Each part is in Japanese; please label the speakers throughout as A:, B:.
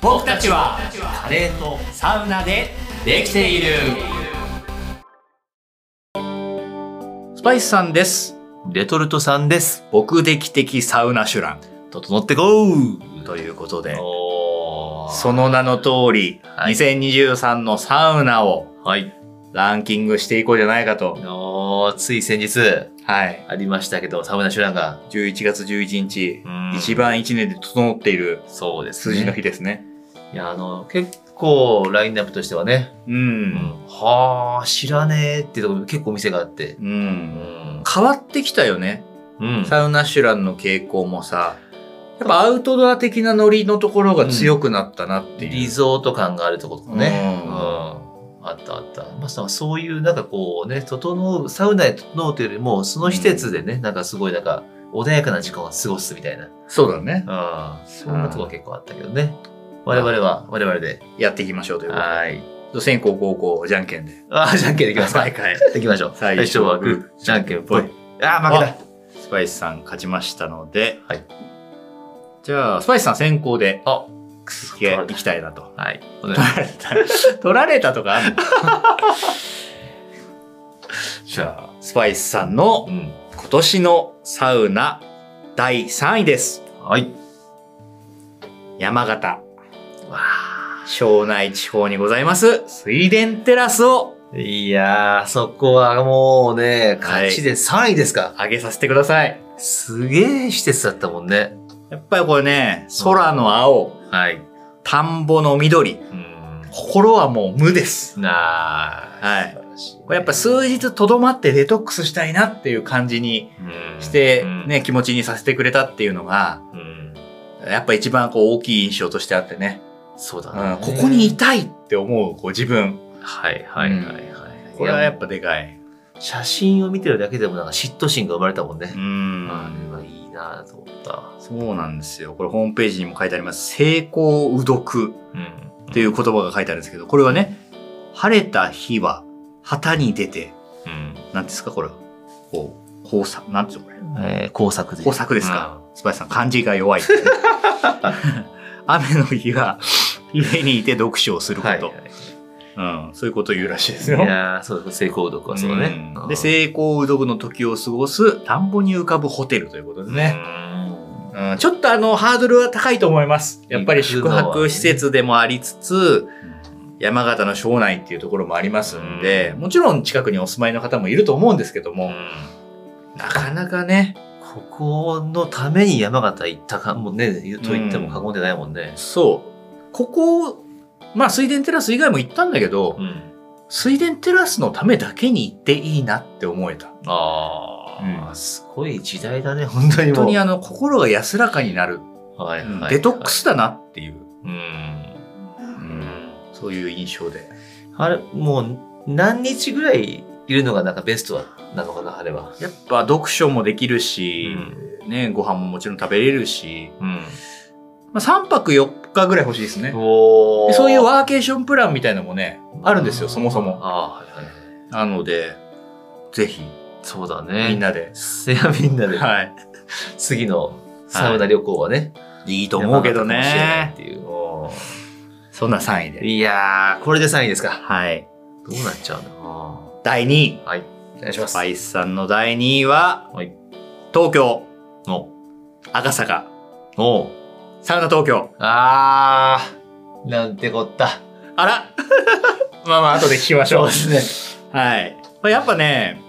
A: 僕たちは
B: カレーと
A: サウナでできているスパイスさんです
B: レトルトさんです
A: 僕的的サウナシュラン
B: 整ってこう
A: ということで
B: おー
A: その名の通り、
B: はい
A: 2023のサウナを
B: はい
A: ランキングしていこうじゃないかと。
B: おーつい先日
A: はい。
B: ありましたけどサウナシュランが
A: 11月11日、
B: うん
A: 一番一年で整っている
B: そうです
A: 数
B: ね
A: 字の日ですね。
B: いやあの結構ラインナップとしてはね、
A: う。
B: うんはあ知らねえっていうとこ結構お店があって
A: う。
B: うんん、
A: 変わってきたよね。
B: うん、
A: サウナシュランの傾向もさ、やっぱアウトドア的なノリのところが強くなったなってい
B: リ
A: う。
B: ゾート感があるところとかね、
A: う
B: うんんあったあった、まあ、そそういうなんかこうね整うサウナで整うというよりもその施設でね、なんかすごいなんか穏やかな時間を過ごすみたいな、
A: そうだね。
B: うん、そんなとこ結構あったけどね我々は我々で
A: やっていきましょうというこ
B: はい
A: とで。先行後攻、じゃんけんで。
B: あーじゃんけんでいきますか
A: 毎回。
B: いきましょう
A: 最
B: 最
A: 初
B: 初
A: は
B: は
A: グー
B: グーじゃんけんぽいあー負けた
A: スパイスさん勝ちましたので、
B: はい
A: じゃあ、スパイスさん先行で
B: あ
A: いけいきたいなと。
B: はいお願い
A: 取られた。取られたとかあんの
B: じゃあ
A: スパイスさんの
B: うん
A: 今年のサウナ第3位です。
B: はい
A: 山形、
B: わあ
A: 庄内地方にございます、水田テラスを
B: いやーそこはもうね勝ちで3位ですか、
A: 上げさせてください。
B: すげえ施設だったもんね。
A: やっぱりこれね、空の青、
B: はい。
A: 田んぼの緑、
B: うん。
A: 心はもう無です。
B: なあ。
A: はい
B: 素晴らしいね
A: これやっぱ数日とどまってデトックスしたいなっていう感じに
B: うん
A: して、ね、気持ちにさせてくれたっていうのが、
B: うんうん
A: やっぱ一番こう大きい印象としてあってね、
B: そうだ
A: うん
B: ね。
A: ここにいたいって思うこう自分、
B: はいはいはいはい。
A: これはやっ
B: い
A: ぱでかい。
B: や写真を見てるだけでもなんか嫉妬心が生まれたもんね
A: う。ん。
B: あれはいいなと思った。
A: そうなんですよ。これホームページにも書いてあります。成功うどく
B: うん。
A: っていう言葉が書いてあるんですけど、これはね、晴れた日は旗に出て、
B: うん。
A: なんですかこれは。こう、工作、なんていうのこれ。
B: えー工作で。
A: 工作ですか。スパイスさん、漢字が弱い。雨の日は家にいて読書をす
B: う
A: る
B: ん。
A: こ
B: はい
A: と
B: は。い。
A: うん。そういうことを言うらしいです
B: い
A: よ。
B: やーそうです成功読はそうね
A: う。んで、成功うどくの時を過ごす田んぼに浮かぶホテルということで
B: 功
A: ね。うんちょっとあの、ハードルは高いと思います。やっぱり宿泊施設でもありつつ、山形の庄内っていうところもありますんで、
B: うん
A: もちろん近くにお住まいの方もいると思うんですけど
B: う
A: も、
B: ん。
A: なかなかね、
B: ここのために山形行ったかもね、と言っても過言でないもんね。
A: そう、ここ、まあ水田テラス以外も行ったんだけど、
B: うん。
A: 水田テラスのためだけに行っていいなって思えた。
B: ああ、
A: うん
B: すごい時代だね、本当にもう。
A: 本当にあの、心が安らかになる、
B: はいはいはい
A: デトック。スだなっていう、
B: うん。
A: うんそういう印象で。
B: あれ、もう何日ぐらいいるのがなんかベストなのかな、あれは。
A: やっぱ読書もできるし、ね、ご飯ももちろん食べれるし、
B: うん。
A: まあ、3泊4日ぐらい欲しいですね。
B: お
A: でそういう
B: あ
A: ワーケーションプランみたいのもね、あるんですよ、そもそも。
B: あー、はいはい。
A: なので、ぜひ、
B: そうだね。
A: みん。なで。
B: せやみんなで、
A: はい。
B: 次のサウナ旅行はね。
A: いいと思うけど
B: 山形かもしれないっ
A: ね。
B: ていう。お
A: そんな3位
B: ー
A: で。
B: いやー、これで3位ですか。
A: はい。
B: どうなっちゃうの
A: 第2位。
B: はい。お願いします。
A: スパイスさんの第2位は、
B: はい
A: 東京、
B: お
A: 赤坂、
B: お
A: サウナ東京。
B: あー、なんてこった。
A: あら まあまあ、後で聞きましょう。
B: うです
A: はい。まあ、やっぱね、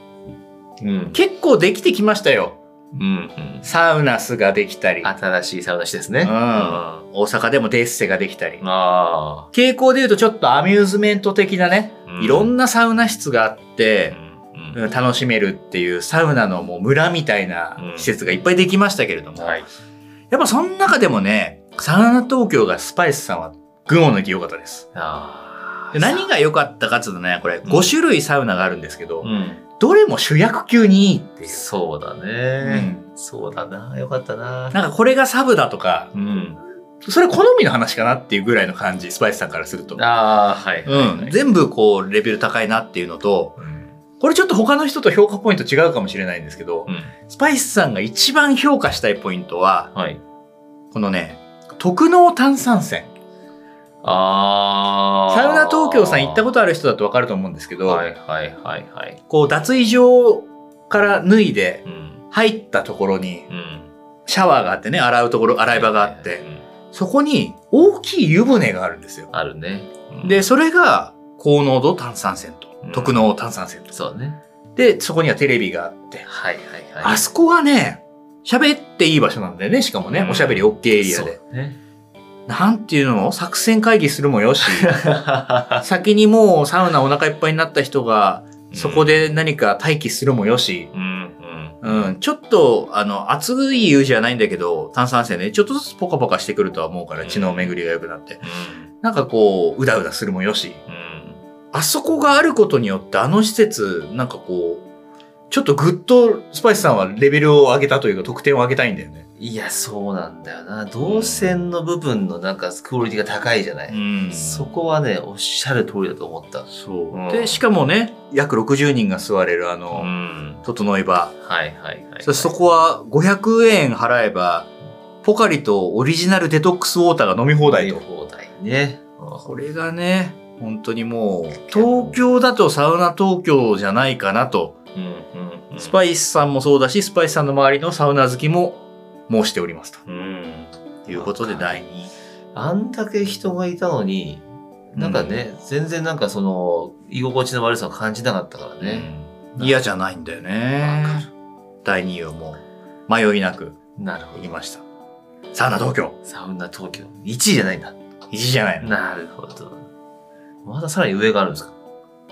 B: ね。うん。
A: 結構できてきましたよ。
B: うん。
A: サウナスができたり、
B: 新しいサウナ室ですね。
A: うん
B: あ
A: 大阪でもデッセができたり。
B: あ
A: 傾向で言うとちょっとアミューズメント的なね、
B: うん
A: いろんなサウナ室があって、
B: ー。
A: うん楽しめるっていうサウナのもう村みたいな施設がいっぱいできましたけれども、
B: はい。
A: やっぱその中でもね、サウナ東京がスパイスさんは群を抜き良かったです。
B: あ
A: で何が良かったかっていうとね、これ
B: ん
A: 5種類サウナがあるんですけど、
B: うん。
A: どれも主役級にいいっていう。
B: そうだね。そうだな。よかったな。
A: なんかこれがサブだとか、
B: うん。
A: それ好みの話かなっていうぐらいの感じ、スパイスさんからすると。
B: ああ、はい。
A: うん、全部こうレベル高いなっていうのと、これちょっと他の人と評価ポイント違うかもしれないんですけど、
B: うん。
A: スパイスさんが一番評価したいポイントは、
B: はい。
A: このね、特納炭酸泉。
B: ああ。
A: サウナ東京さん行った
B: こ
A: ことある人だと分かると思うんですけど、
B: はいはいはいはい。
A: こう脱衣場から脱いで
B: うん。
A: 入ったところに
B: うん。
A: シャワーがあってね洗うところ洗い場があっ
B: う
A: て
B: ん。
A: そこに大きい湯船があるんですよ。
B: あるね。うん
A: で、それが高濃度炭酸泉と
B: うん
A: 特濃炭酸泉と、
B: そうね。
A: でそこにはテレビがあって、
B: はいはいはい。
A: あそこがね喋っていい場所なんだよねしかもね、
B: うん
A: おしゃべり OK エリアで
B: そうね。
A: なんていうの作戦会議するもよし先にもうサウナお腹いっぱいになった人がそこで何か待機するもよし、
B: うん。うん。
A: うん、ちょっと、あの、熱い湯じゃないんだけど、炭酸泉ね、ちょっとずつポカポカしてくるとは思うから、
B: うん
A: 血の巡りが良くなって。
B: うん。
A: なんかこう、うだうだするもよし、
B: うん。
A: あそこがあることによって、あの施設、なんかこう、ちょっとぐっとスパイスさんはレベルを上げたというか、得点を上げたいんだよね。
B: いや、そうなんだよな。動線の部分のなんかクオリティが高いじゃない。
A: ん
B: そ
A: そ
B: こはね、おっしゃる通りだと思った。
A: う。
B: うん
A: で、しかもね、約60人が座れる、あの、
B: ん。
A: 整え場。
B: はいはいはい。
A: そそこは500円払えば、ポカリとオリジナルデトックスウォーターが飲み放題と。
B: 放題ね。
A: これがね、本当にもう、東京だとサウナ東京じゃないかなと、
B: うんうんうん
A: スパイスさんもそうだし、スパイスさんの周りのサウナ好きも申しております
B: うん。
A: ということで第2位。
B: あんだけ人がいたのに、なんかね、全然なんかその、居心地の悪さを感じなかったからね。
A: うん嫌じゃないんだよね
B: わか。
A: 第2位はもう、迷いなく
B: なるほ
A: 行
B: ど
A: き。ました。サウナ東京、
B: サウナ東京。1位じゃないんだ。
A: 1位じゃないの。
B: なるほど。まださらに上があるんですか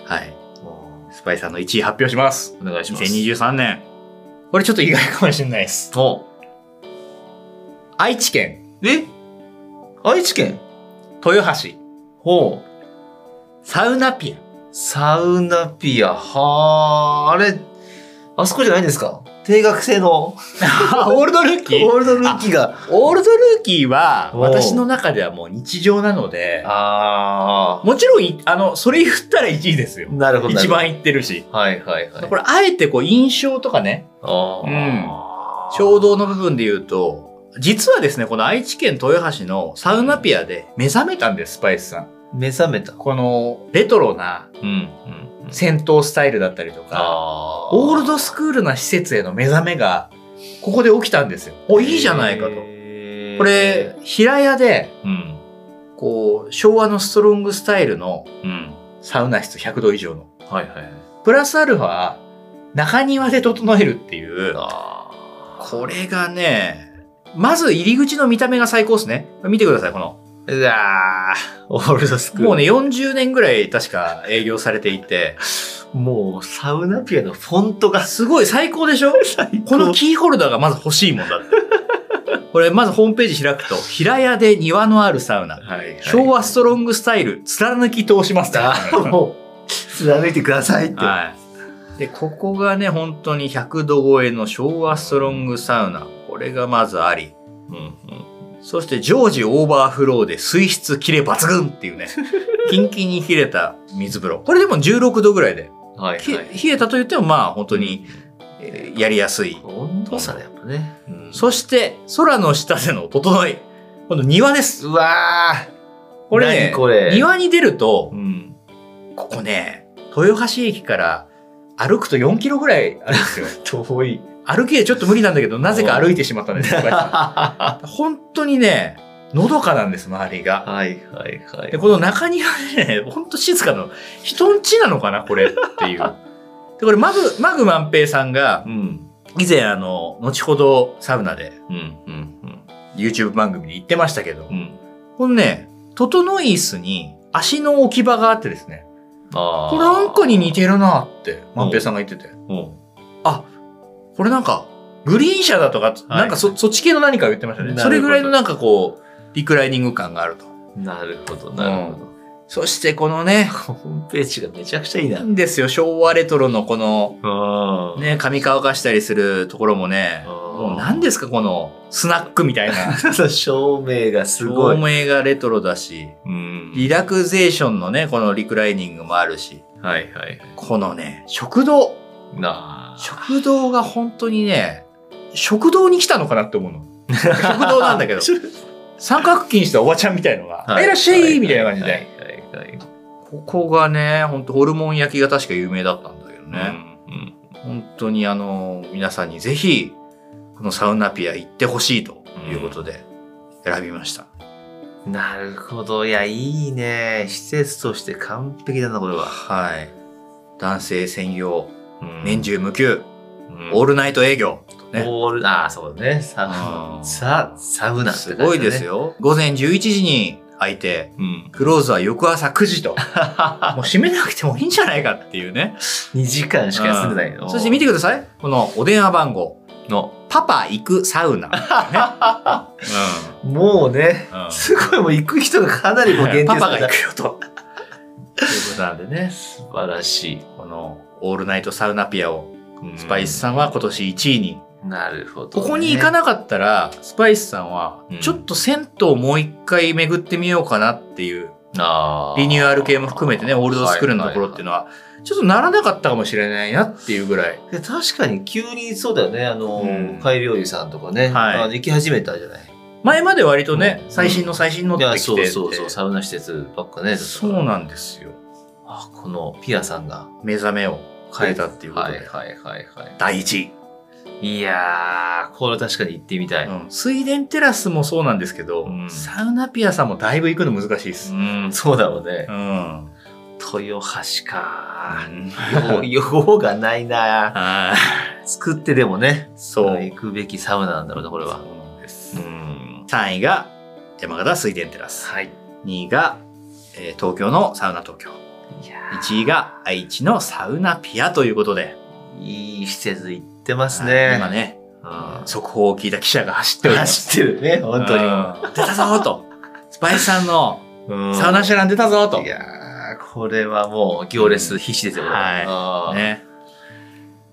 A: はい。
B: お
A: スパイスさんの1位発表します。
B: 願いします。
A: 2023年。これちょっと意外かもしれないです。
B: お
A: 愛知県、
B: え愛知県
A: 豊橋、
B: ほう。
A: サウナピア。
B: サウナピア。はあ、あれ、あそこじゃないんですか定額制 の
A: オールドルーキー
B: オールドルーキーが。
A: オールドルーキーは
B: おう
A: 私の中ではもう日常なので、
B: あ
A: もちろんい、あの、それ言ったら1位ですよ
B: ー。。なるほど。
A: 一。番言ってるし。
B: はいはいはい。
A: これ、あえてこう、印象とかね、
B: あー
A: うん衝動の部分で言うと、実はですね、この愛知県豊橋のサウナピアで目覚めたんです、スパイスさん。
B: 目覚めた。
A: この、レトロな
B: うんうん。
A: 戦闘スタイルだったりとか、
B: あ
A: オールドスクールな施設への目覚めが、ここで起きたんですよ。お、いいじゃないかと。
B: こ
A: これ、、平屋で、
B: うん。
A: こう、昭和のストロングスタイルの
B: うん。
A: サウナ室100度以上の。
B: はいはいはい。
A: プラスアルファ、中庭で整えるっていう。
B: あー
A: これがね、まず入り口の見た目が最高ですね。見てください、この。
B: うわーオールドスクール。
A: もうね、40年ぐらい確か営業されていて、
B: もうサウナピアのフォントが
A: すごい 最高でしょこ
B: こ
A: の
B: の
A: キーホルダーがまず欲しいもんだって。 これ、まずホームページ開くと、平屋で庭のあるサウナ。昭和ストロングスタイル、貫き通しますって
B: あーもう貫いてくださいって。
A: はい。で、ここがね、本当に100度超えの昭和ストロングサウナ。これがまずあり。
B: うんうん
A: そして常時オーバーフローで水質切れ抜群って いうね。キンキンに冷えた水風呂。これでも16度ぐらいで。
B: はい
A: き
B: はい。
A: 冷えたと言ってもまあ本当に、えーやりやすい。
B: 温度差だやっぱね。うん
A: そして空の下での整い。今度庭です。
B: うわー
A: これね
B: 何これ
A: 庭に出ると
B: う、ん。
A: ここね、豊橋駅から歩くと4キロぐらいあるんです よ。
B: 遠い。
A: 歩きでちょっと無理なんだけど、なぜか歩いてしまったんです。やっぱ
B: は
A: り本当にね、のどかなんです、周り
B: い
A: が。
B: はいはい。
A: で、この中庭でね、ほんと静かな、人んちなのかな、これっていう。で、これ、マグ、マグ万平さんが
B: う、ん
A: 以前、あの、後ほどサウナで
B: うんうんうん
A: YouTube 番組に行ってましたけど
B: う、ん。
A: このね、整い椅子に足の置き場があってですね、
B: あー
A: これなんかに似てるなって、万平さんが言ってて。
B: うん
A: これなんか、グリーン車だとか、なんかそそっち系の何かを言ってましたね。
B: なるほ
A: そ
B: ど
A: れぐらいのなんかこう、リクライニング感があると。
B: なるほど、なるほど。
A: そしてこのね、
B: ホームページがめちゃくちゃいい
A: い
B: な。
A: いんですよ、昭和レトロのこの、
B: あね。
A: ね、髪乾かしたりするところもね、
B: あー
A: もう何ですか、この、スナックみたい な。
B: 照明がすご
A: 照
B: い。
A: 明がレトロだし、
B: うん
A: リラクゼーションのね、このリクライニングもあるし、
B: はいはいは
A: このね、食堂。
B: い。なあ。
A: 食堂 が本当にね、食堂に来たのかなって思うの。食堂なんだけど。三角筋したおばちゃんみたいのが、い、らっしゃいみたいな感じで、
B: はいはいはいはい
A: ここがね、ほんとホルモン焼きが確か有名だったんだけどね。
B: うん
A: 本当にあの、皆さんにぜひ、このサウナピア行ってほしいということで、選びました。
B: うんなるほど。いや、いいね。施設として完璧だな、これは。
A: はい。男性専用、
B: うん
A: 年中無休、
B: うん
A: オールナイト営業。ね
B: オール、ああ、そうだね。サ
A: あ
B: ウ
A: ー
B: ナ。サ、サウナって感じ
A: す
B: だね
A: ごいです。よ。午前11時に開いて、
B: うん。
A: クローズは翌朝9時と。 もう閉めなくてもいいんじゃないかっていうね。
B: 2時間しか休んでない の。
A: そして見てください。このお電話番号。
B: の。
A: パパ行くサ ウナ。ね
B: もうね、
A: うんうん
B: すごいもう行く人がかなりもう限定
A: パパ
B: さ
A: が
B: れた
A: 行。く よと。ということなんでね、
B: 素晴らしい。
A: このオールナイトサウナピアを
B: うん
A: スパイスさんは今年1位に。
B: なるほ
A: こ
B: ど、
A: こに行か
B: な
A: なかったら、スパイスさんは
B: うん
A: ちょっと銭湯をもう一回巡ってみようかなっていう、
B: あ
A: リニューアル系も含めてね、オールドスクールのところっていう
B: の
A: のは、ちょっとならなかったかもしれないなっていうぐらい。
B: は確かに急にそうだよねあの、
A: うん
B: カイリオリさんとかね、
A: はい
B: あの行き始めたじゃない
A: 前まで割とね、
B: うん
A: 最新の最新のっ
B: い
A: て
B: や
A: きて
B: そ
A: て
B: うそうそうサウナ施設ばっかねだから
A: そうなんですよ。
B: あこのピアさんが
A: 目覚めを変えたっていうこと
B: はい
A: で。
B: はいはいは
A: 第1位。
B: いいやーこれ確かに行ってみたい、
A: うん水田テラスもそうなんですけど、
B: うん
A: サウナピアさんもだいぶ行くの難しいです。
B: うん、そうだろうね
A: う。ん。
B: 豊橋か。
A: は
B: ようがないな。
A: い。
B: 作ってでもね、
A: そう。
B: 行くべきサウナなんだろうな、これは。
A: そうなんです。
B: うん。
A: 3位が山形水田テラス。
B: はい。
A: 2位が、えー東京のサウナ東京。
B: いやー
A: 1位が愛知のサウナピアということで。
B: いい施設行ってます
A: はい
B: ね。
A: 今ね、
B: うん
A: 速報を聞いた記者が走っております。
B: 走ってるね、本当に。
A: うん出たぞーと。スパイスさんの
B: うん
A: サウナシャラン出たぞーと。
B: いやーこれはもう行列必死ですよ、これ
A: はい
B: は
A: ね。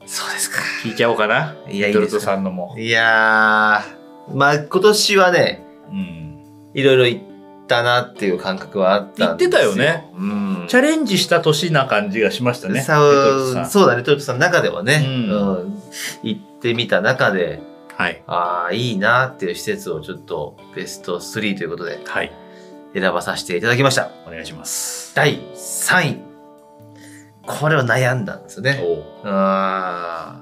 B: い。そうですか。
A: 聞いちゃおうかな。
B: いや、いい
A: ドル
B: で
A: ト
B: す
A: さんのも。
B: いやー、まあ今年はね、
A: うん。
B: いろいろ行ったなっていう感覚はあったんで
A: 行って
B: す
A: たよね。
B: うん。
A: チャレンジした年な感じがしましたね。
B: さ
A: レトルトさん
B: そうだね、トルトさんの中ではね、
A: うん
B: うん行ってみた中で、
A: はい。
B: ああ、いいなっていう施設をちょっとベスト3ということで
A: はい。
B: 選ばさせていただきました。
A: お願いします。
B: 第3位。これを悩んだんですよね。
A: おう
B: あ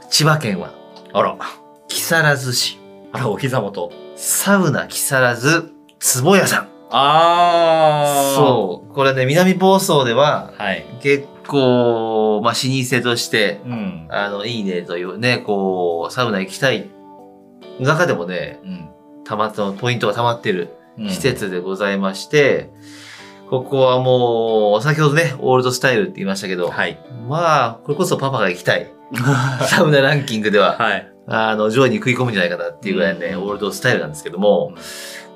B: ー千葉県は
A: あら、
B: 木更津市、
A: あら、お膝元。
B: サウナ木更津坪屋さん。
A: あ
B: そう。これね、南房総では
A: う。はい。
B: 結構、まあ、老舗として、
A: うん。
B: あの、いいねというね、こう、サウナ行きたい中でもね、たまった、ポイントが溜まってる
A: うん
B: 施。設でございまして、ここはもう、先ほどね、オールドスタイルって言いましたけど、
A: はい。
B: まあ、これこそパパが行 きたい。サウナランキングでは、
A: はい。
B: あの、上位に食い込むんじゃないかなっていうぐらいね、
A: うん
B: オールドスタイルなんですけども、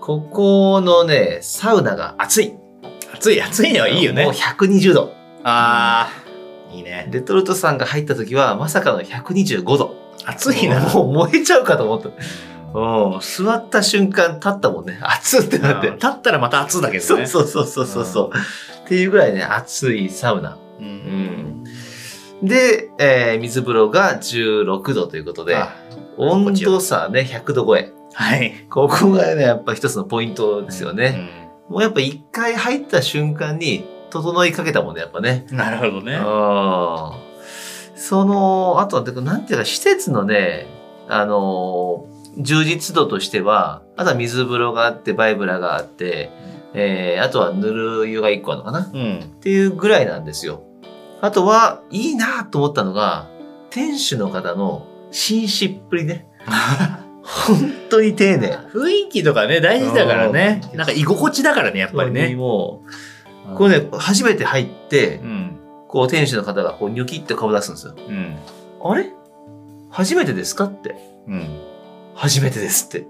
B: ここのね、サウナが熱い。
A: 暑い、暑いのはいいよね
B: もう。120度。
A: ああ。いいね。
B: レトルトさんが入った時は、まさかの125度。
A: 暑いな。
B: もうもう燃えちゃうかと思った。うん。座った瞬間立ったもんね。熱ってなって。
A: 立ったらまた暑だけど
B: そう
A: ね。
B: そうそうそうそうそう。っていうぐらいね、熱いサウナ。
A: う。
B: うんん。で、えー水風呂が16度ということで、
A: あ
B: 温度差ね、100度超え。
A: はい。
B: ここがね、やっぱ一つのポイントですよね。
A: う
B: もうやっぱ一回入った瞬間に、整いかけたもんね、やっぱね。
A: んなるほどね。
B: うんその、あとは、でなんていうか、施設のね、あのー、充実度としては、あとは水風呂があって、バイブラがあって、えー、あとはぬる湯が1個あるのかなっ
A: うん。
B: ていうぐらいなんですよ。あとは、いいなと思ったのが、店主の方の紳士っぷりね。本当に丁寧。
A: 雰囲気とかね、大事だからね
B: う。ん
A: なんか居心地だからね、やっぱり
B: 本当に
A: ね。
B: もう、これね、初めて入って
A: う、ん。
B: こう、店主の方がこうニョキって顔出すんですよ。
A: うん。
B: あれ初めてですかって。
A: うん。
B: 初めてですって。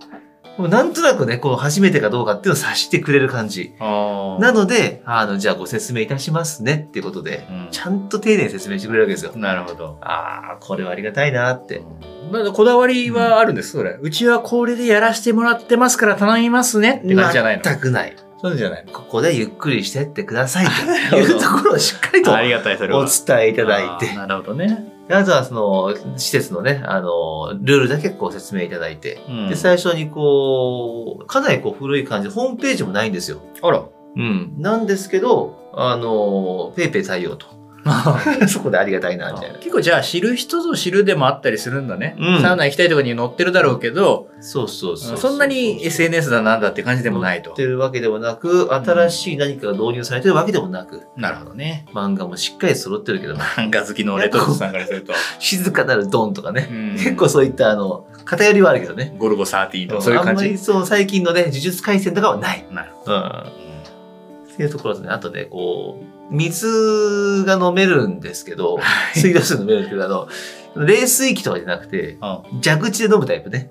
B: もうなんとなくね、こう初めてかどうかっていうのを察してくれる感じ。
A: ああ。
B: なので、あの、じゃあご説明いたしますねっていうことで、
A: うん
B: ちゃんと丁寧に説明してくれるわけですよ。
A: なるほど。
B: ああ、これはありがたいなって。
A: なんかこだわりはあるんです、それ。うちはこれでやらせてもらってますから頼みますねって感じじゃないの。
B: 全くない。
A: そうじゃない
B: ここでゆっくりしてってくださいと
A: る
B: い
A: ほど
B: うところをしっかりと
A: ありがたい、それは。
B: お伝えいただいて。
A: あーなるほどね。
B: あとはその施設のね、あの、ルールだけこう説明いただいて、
A: うん
B: で、最初にこう、かなりこう古い感じで、ホームページもないんですよ。
A: あら。
B: うん。なんですけど、あの、ペイペイ対応と。 そこでありがたいな、みたい な。
A: 結構じゃあ知る人ぞ知るでもあったりするんだね、
B: うん
A: サウナ行きたいとこに載ってるだろうけど、
B: そうそうそう
A: そんなに SNS だなんだって感じで
B: で
A: もないと
B: ってるわけでもなく、新しい何かが導入されてるわけでもなく、
A: なるほどね
B: 漫画もしっかり揃ってるけど、
A: 漫画好きのレトルトさんからすると、
B: 静かなるドンとかね、
A: うん
B: 結構そういった、あの、偏りはあるけどね。
A: ゴルゴ13とかそういう
B: あん
A: 感
B: ま
A: じ
B: りそう、最近のね、呪術廻戦とかはない。
A: なるほ
B: うん。
A: ど、
B: っていうところですね。あとね、こう、水が飲めるんですけど、水道水飲めるんですけど、あの、冷水器とかじゃなくて、
A: あ
B: 蛇口で飲むタイプね。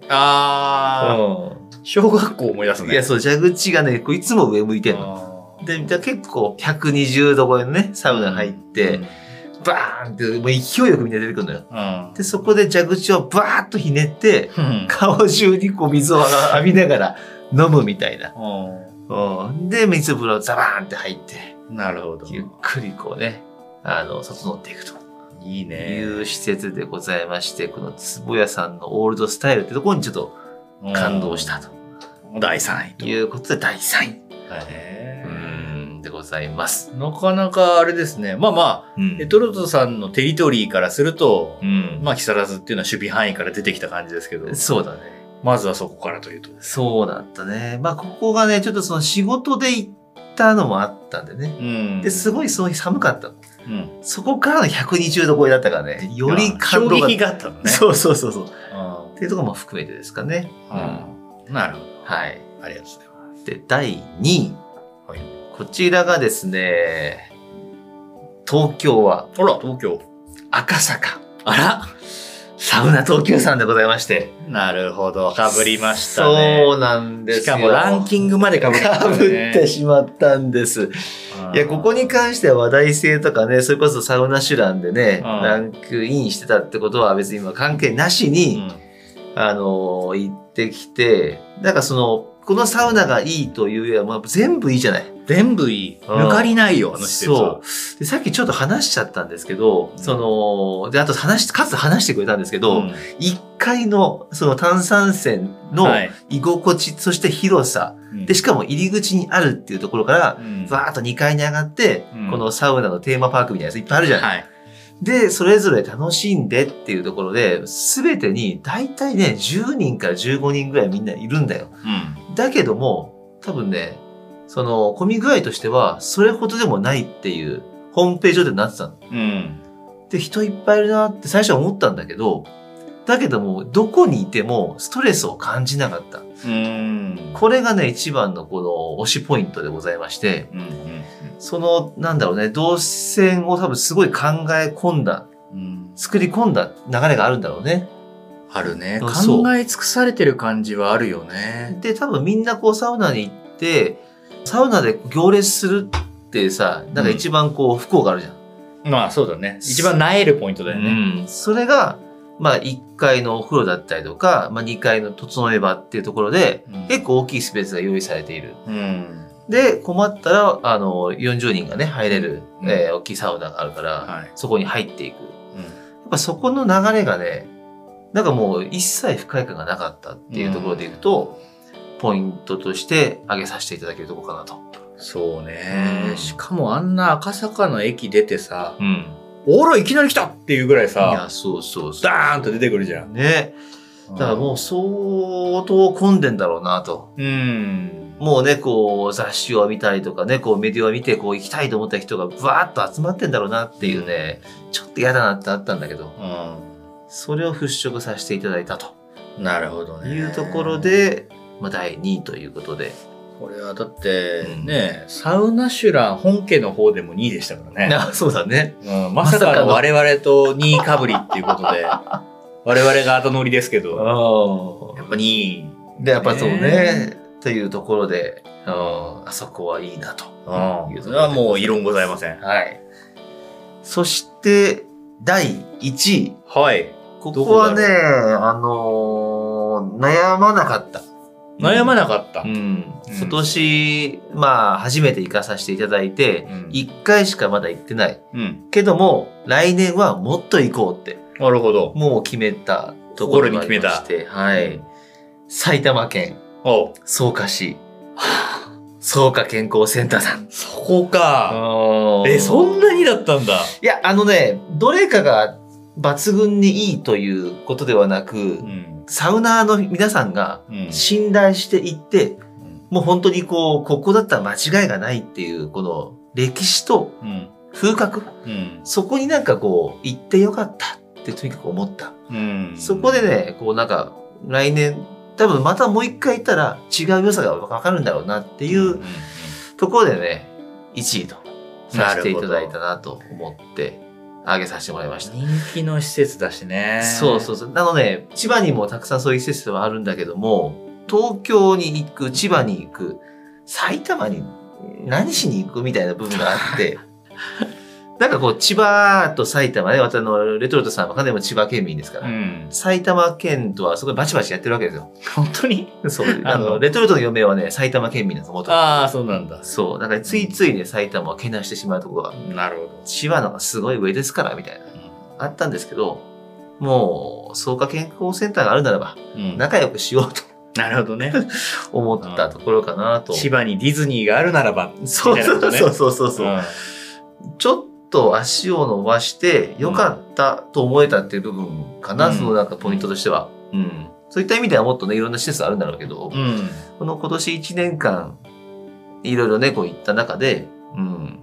A: あー小学校思い出す
B: うん
A: ね
B: いや、そう、蛇口がね、こういつも上向いてんの。
A: あー
B: で、じゃあ結構120度超えのね、サウナ入って、バーンって、もう勢いよくみんな出てくるのよ。
A: うん
B: で、そこで蛇口をバーッとひねって、
A: うん
B: 顔中にこう水を浴びながら飲むみたいな。うんで、水風呂ザバーンって入って、
A: うんなるほど
B: ゆっくりこうね、あの、整っていくと
A: いい
B: い
A: ね
B: う施設でございまして、この坪屋さんのオールドスタイルってところにちょっと感動したと
A: うん第3位と
B: いうことで、第3
A: へ
B: 位
A: ー
B: うんでございます。
A: なかなかあれですねまあまあ
B: うん
A: レトルトさんのテリトリーからすると
B: う、ん。
A: まあ、木更津っていうのは守備範囲から出てきた感じですけど、
B: そうだね。
A: まずはそこからというと。
B: そうだったね。まあ、ここがね、ちょっとその仕事で行ったのもあったんでね。
A: うん
B: で、すごいその日寒かったの。
A: うん、
B: そこからの120度超えだったからね、より感
A: 衝
B: 動が。
A: 撃があったのね。
B: そうそうそうそう。っ
A: あ
B: ていうところも含めてですかね。
A: あなるほど。
B: はい。
A: ありがとうございま
B: で、第2位。
A: はい
B: こちらがですね、東京は
A: す。ほら、東京。
B: 赤坂。
A: あら
B: サウナ東京さんでございまして。
A: なるほど。かぶりましたね。
B: そうなんですよ。
A: しかもランキングまでかぶった、
B: かぶってしまったんです。いや、ここに関しては話題性とかね、それこそサウナ手段でね、
A: うん
B: ランクインしてたってことは別に今関係なし
A: う
B: に、
A: ん
B: あのー行ってきて、なんかその、このサウナがいいというよりは、まあ、全部いいじゃない。
A: 全部いい。
B: うん
A: 抜かりないよ、あの施設は。
B: そう。で、さっきちょっと話しちゃったんですけど、
A: ん
B: その、で、あと話し、かつ話してくれたんですけど、
A: ん
B: 1階の、その炭酸泉の
A: はい
B: 居心地、そして広さ、で、しかも入り口にあるっていうところから、
A: うん
B: わーっと2階に上がって、
A: うん
B: このサウナのテーマパークみたいなやついっぱいあるじゃない。
A: はい。
B: で、それぞれ楽しんでっていうところで、すべてに大体ね、10人から15人ぐらいみんないるんだよ。
A: うん
B: だけども、多分ね、その、混み具合としては、それほどでもないっていう、ホームページ上でなってたの。
A: うん。
B: で、人いっぱいいるなって最初は思ったんだけど、だけども、どこにいてもストレスを感じなかった。
A: うん。
B: これがね、一番のこの推しポイントでございまして、
A: うんうん
B: その、なんだろうね、動線を多分すごい考え込んだ、
A: うん
B: 作り込んだ流れがあるんだろうね。
A: あるね。
B: あそう
A: 考え尽くされてる感じはあるよね。
B: で、多分みんなこうサウナに行って、サウナで行列するってさ、なんか一番こう不幸があるじゃん。
A: まあそうだね。一番なえるポイントだよね。
B: うんそれが、まあ1階のお風呂だったりとか、まあ2階の整え場っていうところで、
A: うん
B: 結構大きいスペースが用意されている。
A: うん。
B: で、困ったら、あの、40人がね、入れる、
A: うん
B: えー大きいサウナがあるから、
A: はい。
B: そこに入っていく。や
A: う
B: っぱそこの流れがね、なんかもう一切不快感がなかったっていうところでいくと、ポイントとして挙げさせていただけるところかなと。
A: んそうね
B: う。ん
A: しかもあんな赤坂の駅出てさ、
B: うん。
A: おら、いきなり来たっていうぐらい
B: い
A: さ、
B: や、そうそうそう。
A: ダーンと出てくるじゃん。
B: ね。だからもう相当混んでんだろうなと。
A: うん。うん。
B: もうね、こう雑誌を見たりとかね、こうメディアを見て、こう行きたいと思った人がバーッと集まってんだろうなっていうね、ちょっと嫌だなってあったんだけど、それを払拭させていただいたと
A: なるほどね。
B: いうところ。で、まあ第2位ということで。
A: これはだって
B: うん
A: ね、サウナシュラン本家の方でも2位でしたからね。
B: あそうだね。
A: うんまさかの我々と2位かぶりっていうこと で、我々が後乗りですけど、や
B: あ
A: っぱ2位。
B: で、やっぱそうね
A: ね、
B: というところで、うんあそこはいいなと
A: あ
B: いうとこ
A: そ
B: ろで
A: れはもう異論ございません。
B: はい。そして、第1位。
A: はい。
B: ここはね、
A: どこ
B: あのー悩まなかった。
A: 悩ま
B: なかっ
A: なかった。
B: うん。今年、まあ、初めて行かさせていただいて、
A: うん
B: 1回しかまだ行ってない。
A: うん。
B: けども、来年はもっと行こうって。
A: なるほど。
B: もう決めたところがありまし
A: 心
B: て、はい。埼玉県
A: おう
B: 草加市、草加健康センターさん。
A: そこか。え、
B: え
A: そんなにだったんだ。
B: いや、あのね、どれかが抜群にいいということではなく、
A: ん。
B: サウナーの皆さんが
A: うん
B: 信頼していって、もう本当にこう、ここだったら間違いがないっていう、この歴史と
A: うん。
B: 風格、
A: うん。
B: そこになんかこう、行ってよかったってとにかく思った。
A: うん。
B: そこでね、こうなんか、来年、多分またもう一回行ったら違う良さがわかるんだろうなってい
A: うん、
B: うところでね、1位とさせていただいたなと思って、上げさせてもらいました。
A: 人気の施設だしね。。
B: そうそううそう。なので、千葉にもたくさんそういう施設はあるんだけども、東京に行く、千葉に行く、埼玉に何しに行くみたいな部分があ って、なんかこう、千葉と埼玉ね、私あのレトルトさんはかなりも千葉県民ですから、
A: ん。
B: 埼玉県とはすごいバチバチやってるわけですよ。
A: 本当に
B: そう。
A: あ
B: あ
A: の
B: の、レトルトの嫁はね、埼玉県民だと思った。
A: ああ、そうなんだ。
B: そう。だからついついね、埼玉はけなしてしまうところが、
A: なるほど。
B: 千葉のがすごい上ですから、みたいな。あったんですけど、もう、草加健康センターがあるならば、
A: うん。な
B: 仲良くしようと
A: るほどね。
B: 思ったところかなと。
A: 千葉にディズニーがあるならば。
B: そうそうそうそうそうそう、
A: ん
B: ちょっと足を伸ばして、良かったと思えたっていう部分かな、
A: うん
B: そのなんかポイントとしては。うん。そういった意味ではもっとね、いろんな施設あるんだろうけど、
A: うん。
B: この今年1年間、いろいろね、こう行った中で、うん。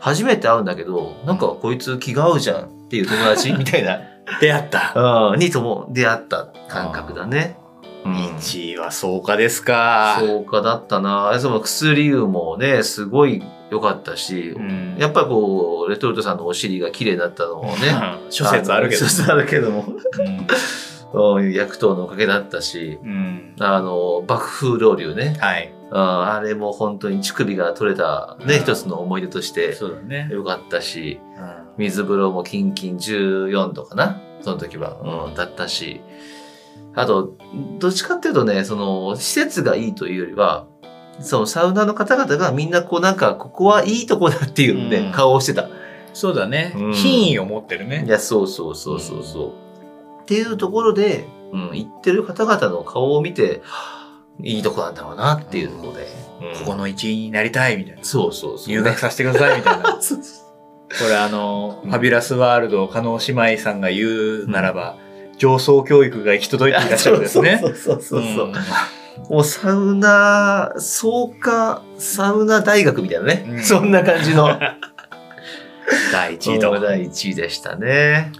B: 初めて会うんだけど、なんかこいつ気が合うじゃんっていう友達みたいな、
A: 出会った。
B: うんにとも出会った感覚だね。うん
A: 1位は草加ですか。
B: そうかだったな。その薬湯もね、すごい良かったし、
A: うん
B: やっぱりこう、レトルトさんのお尻が綺麗になったのもね。
A: うん 諸説あるけど
B: 諸。説あるけども。うん薬湯のおかげだったし、
A: うんうん。
B: あの、爆風老流ね。
A: はい。
B: ああれも本当に乳首が取れた、ね、
A: うん
B: 一つの思い出として
A: そうだね。
B: 良かったし、
A: うん
B: 水風呂もキンキン14度かな、その時は、うん、だったし、あと、どっちかっていうとね、その、施設がいいというよりは、そのサウナーの方々がみんなこうなんか、ここはいいとこだっていうね、
A: うん
B: 顔をしてた。
A: そうだね
B: うん。
A: 品位を持ってる
B: い
A: ね。
B: や、そうそうそうそうそう。っていうところで、うん、行ってる方々の顔を見て、はぁいいとこなんだろうなっていうところで、うん
A: ここの一位になりたいみたいな。
B: そうそうそう。
A: 入学させてくださいみたいな。こ
B: そう
A: れあの、
B: う
A: フ
B: ん
A: ァビュラスワールド、加納姉妹さんが言うならば、上層教育が行き届いていらっしゃるんですね。
B: そ。うそうそうそううんもうサウナ、草加サウナ大学みたいなね。
A: うん
B: そんな感 じの。
A: 第一位
B: うん
A: と。
B: 第1位でしたね。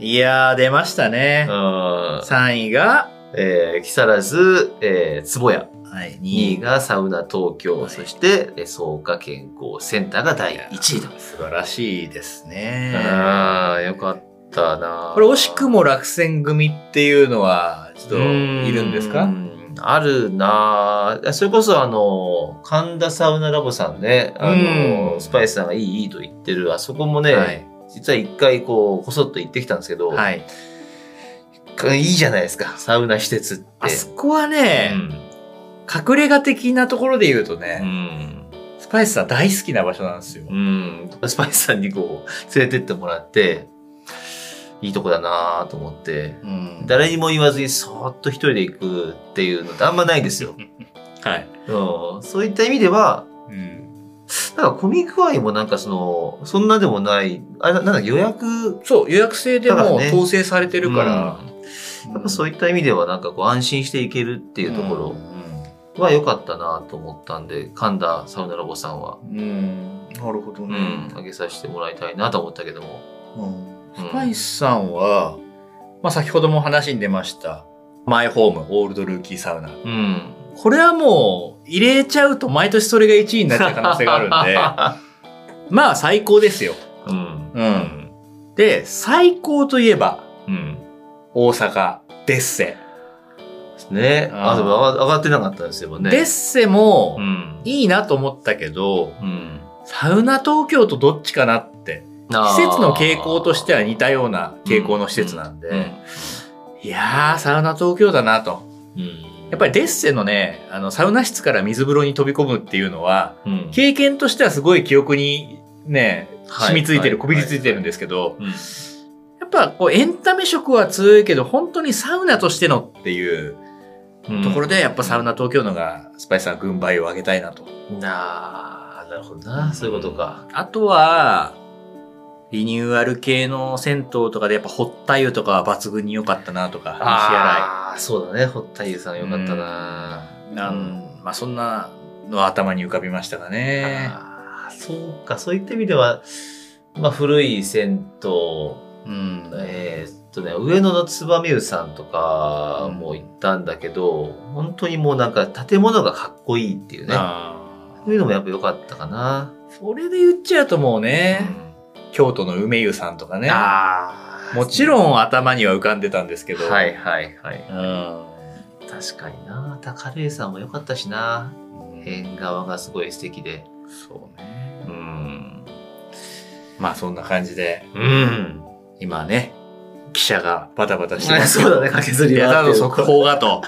A: いやー、出ました
B: う
A: ね。
B: ん。
A: 3位が、
B: えー、木更津、えー、坪谷。
A: はい、2
B: 2位
A: 位が
B: がサウナ東京。
A: はい
B: そして、えー草加健康センターが第1位と。
A: 素晴らしいですね。
B: ああ、よかったな。
A: これ惜しくも落選組っていうのは、ちょっといるんです
B: う
A: か
B: んあるなぁそれこそあの、神田サウナラボさんね、あ
A: うん
B: の、スパイスさんがいいいいと言ってる、あそこもね、
A: はい。
B: 実は一回こう、こそっと行ってきたんですけど、
A: はい。
B: い、いじゃないですか、サウナ施設って。
A: あそこはね、隠れ家的なところで言うと
B: う
A: ね、
B: ん。
A: スパイスさん大好きな場所なんですよ。
B: うん。うん。スパイスさんにこう、連れてってもらって、いいとこだなぁと思って、
A: うん
B: 誰にも言わずにそーっと一人で行くっていうのってあんまないんですよ。
A: はい。
B: うん。そういった意味では、
A: うん
B: なんか混み具合もなんかその、そんなでもない、あれななんだ予約、
A: そう、予約制で
B: だから
A: もう
B: ね
A: 統制されてるから、
B: うんやっぱそういった意味ではなんかこう安心していけるっていうところは良かったなと思ったんで、神田サウナラボさんは、
A: うん。うんなるほど
B: う
A: ね
B: ん、。あげさせてもらいたいなと思ったけども。
A: うん
B: うん
A: スパイスさんは、まあ先ほども話に出ました、マイホーム、オールドルーキーサウナ。
B: うん。
A: これはもう、入れちゃうと毎年それが1位になっちゃう可能性があ るんで、まあ最高ですよ。
B: るんで。うん。
A: うんで、最高といえば、
B: うん。
A: 大阪、デッセ。
B: ね。
A: あー
B: あ、でも上が上がってなかったですよね。
A: デッ。セも
B: う、ん。
A: いいなと思ったけど、
B: うん。
A: サウナ東京とどっちかなって。
B: あー
A: 施設の傾向としては似たような傾向の施設なんで、
B: うん
A: いやー、サウナ東京だなと。
B: うん。
A: やっぱりデッセのね、あの、サウナ室から水風呂に飛び込むっていうのは、
B: り、うん。
A: 経験としてはすごい記憶にね、
B: はい
A: 染みついてる、
B: はい
A: こびりついてるんですけど、
B: うん
A: ややっぱこうエンタメ色は強いけど、本当にサウナとしてのっていうところで、やっぱサウナ東京のが、スパイスさん軍配を上げたいなと。
B: なあなるほどなそういうことか、
A: あとは、リニューアル系の銭湯とかでやっぱ堀田湯とかは抜群に良かったなとか、西新
B: ああそうだね堀田優さんよかったな
A: 井。なんまあそんなのは頭に浮かびましたかね。
B: あーそうかそういった意味では、まあ、古い銭湯
A: うん。
B: えーっとね上野の燕湯さんとかも行ったんだけど本当にもうなんか建物がかっこいいっていうね
A: あ
B: そういうのもやっぱ良かったかな。
A: ーそれで言っちゃうともうね、京都の梅湯さんとかね。
B: ああ
A: もち
B: ん
A: ろん頭には浮かんでたんですけど。
B: はいはいは
A: う
B: い
A: ん。
B: 確かにな高麗さんも良かったしな縁側がすごい素敵で
A: そうね。
B: うん
A: まあそんな感じで、
B: うん
A: 今ね、記者がバタバタしてますけ
B: そう
A: ど。
B: だね駆けずり
A: いや、
B: 回
A: た
B: っ
A: だ
B: てる
A: 速報がと。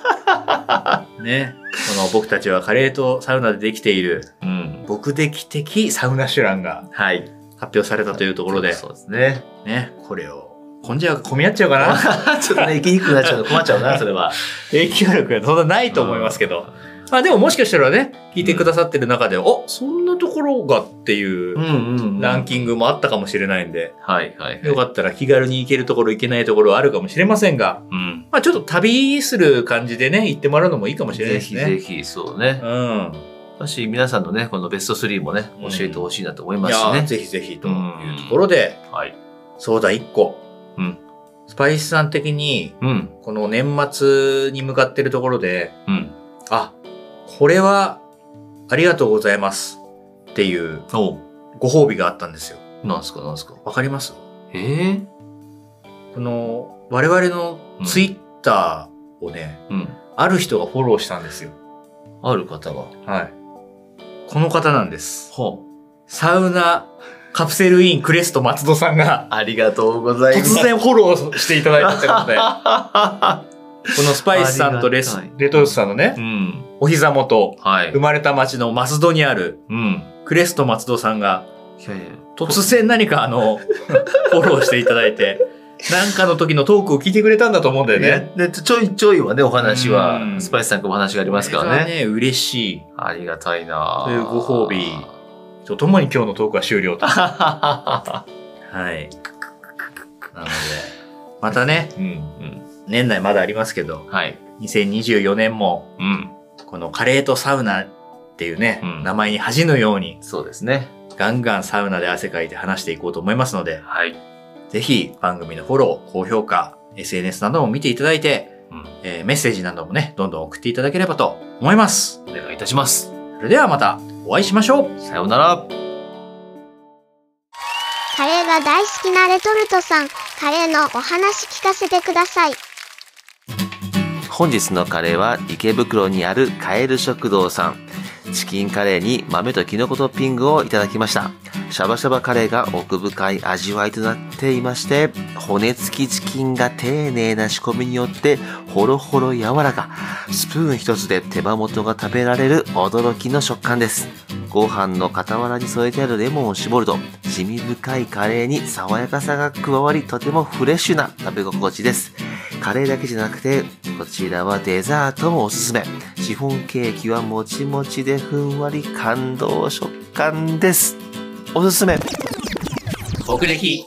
A: ね。この僕たちはカレーとサウナでできている、
B: うん
A: 僕的的サウナシュランが
B: はい
A: 発表されたというところで、
B: そうですね。
A: ね、これを、混んじゃう、混み合っちゃうかな
B: ちょっとね、行きにくくなっちゃうの困っちゃうな、それは。
A: 影響力がそんなないと思いますけど。まあでももしかしたらね、聞いてくださってる中で、おそんなところがっていう
B: うんうん、うん。
A: ランキングもあったかもしれないんで、
B: はいはいはい。
A: よかったら気軽に行けるところ行けないところはあるかもしれませんが、
B: うん。
A: まあちょっと旅する感じでね、行ってもらうのもいいかもしれないで
B: ぜ
A: す
B: ひ
A: ね。
B: ぜひ、そうね
A: う。ん。
B: もし皆さんのね、このベスト3もね、
A: うん
B: 教えてほしいなと思い
A: い
B: ます
A: やー
B: しね。
A: ぜひぜひというところで、
B: はい。
A: そうだ1個。
B: うん。
A: スパイスさん的に、
B: うん。
A: この年末に向かってるところで、
B: うん。
A: あ、これはありがとうございますっていう
B: お
A: ご褒美があったんですよ。
B: なんすかなんすか。
A: わかります
B: ええ
A: この、我々のツイッターをね、
B: うん。
A: ある人がフォローしたんですよ。
B: ある方が。は
A: はい。この方なんです。
B: あ。
A: サウナカプセルインクレスト松戸さんが
B: ありがとうございま
A: 突
B: す。
A: 然フォローしていただいたということ で、このスパイスさんとレス
B: ありがた
A: レトルスさんのね
B: う、ん。
A: お膝元、
B: はい
A: 生。まれた町の松戸にある
B: うん。
A: クレスト松戸さんが、
B: いやいや。
A: 突然何かあの、フォローしていただいて、なんかの時のトークを聞いてくれたんだと思うんだよね。
B: ね、でちょいちょいはね、お話
A: う
B: は、
A: ん
B: スパイスさんからお話がありますから
A: これが
B: ね。
A: ね、嬉しい。
B: ありがたいな
A: というご褒美とともに今日のトークは終了 と。はい。なので、またね、
B: うん、うん。
A: 年内まだありますけど、
B: はい。
A: 2024年も、
B: うん。
A: このカレーとサウナっていうね、
B: うん
A: 名前に恥じぬように、
B: そうですね。
A: ガンガンサウナで汗かいて話していこうと思いますので、
B: はい。
A: ぜひ番組のフォロー、高評価、SNS なども見ていただいて、
B: うん
A: えーメッセージなどもね、どんどん送っていただければと思います。
B: お願いいたします。
A: それではまたお会いしましょう
B: さようなら。
C: カレーが大好きなレトルトさん、カレーのお話聞かせてください。
B: 本日のカレーは池袋にあるカエル食堂さん。チキンカレーに豆とキノコトッピングをいただきました。シャバシャバカレーが奥深い味わいとなっていまして、骨付きチキンが丁寧な仕込みによってほろほろ柔らか。スプーン一つで手羽元が食べられる驚きの食感です。ご飯の傍らに添えてあるレモンを絞ると、地味深いカレーに爽やかさが加わり、とてもフレッシュな食べ心地です。カレーだけじゃなくて、こちらはデザートもおすすめ。シフォンケーキはもちもちでふんわり感動食感です。おすすめ。
A: 僕歴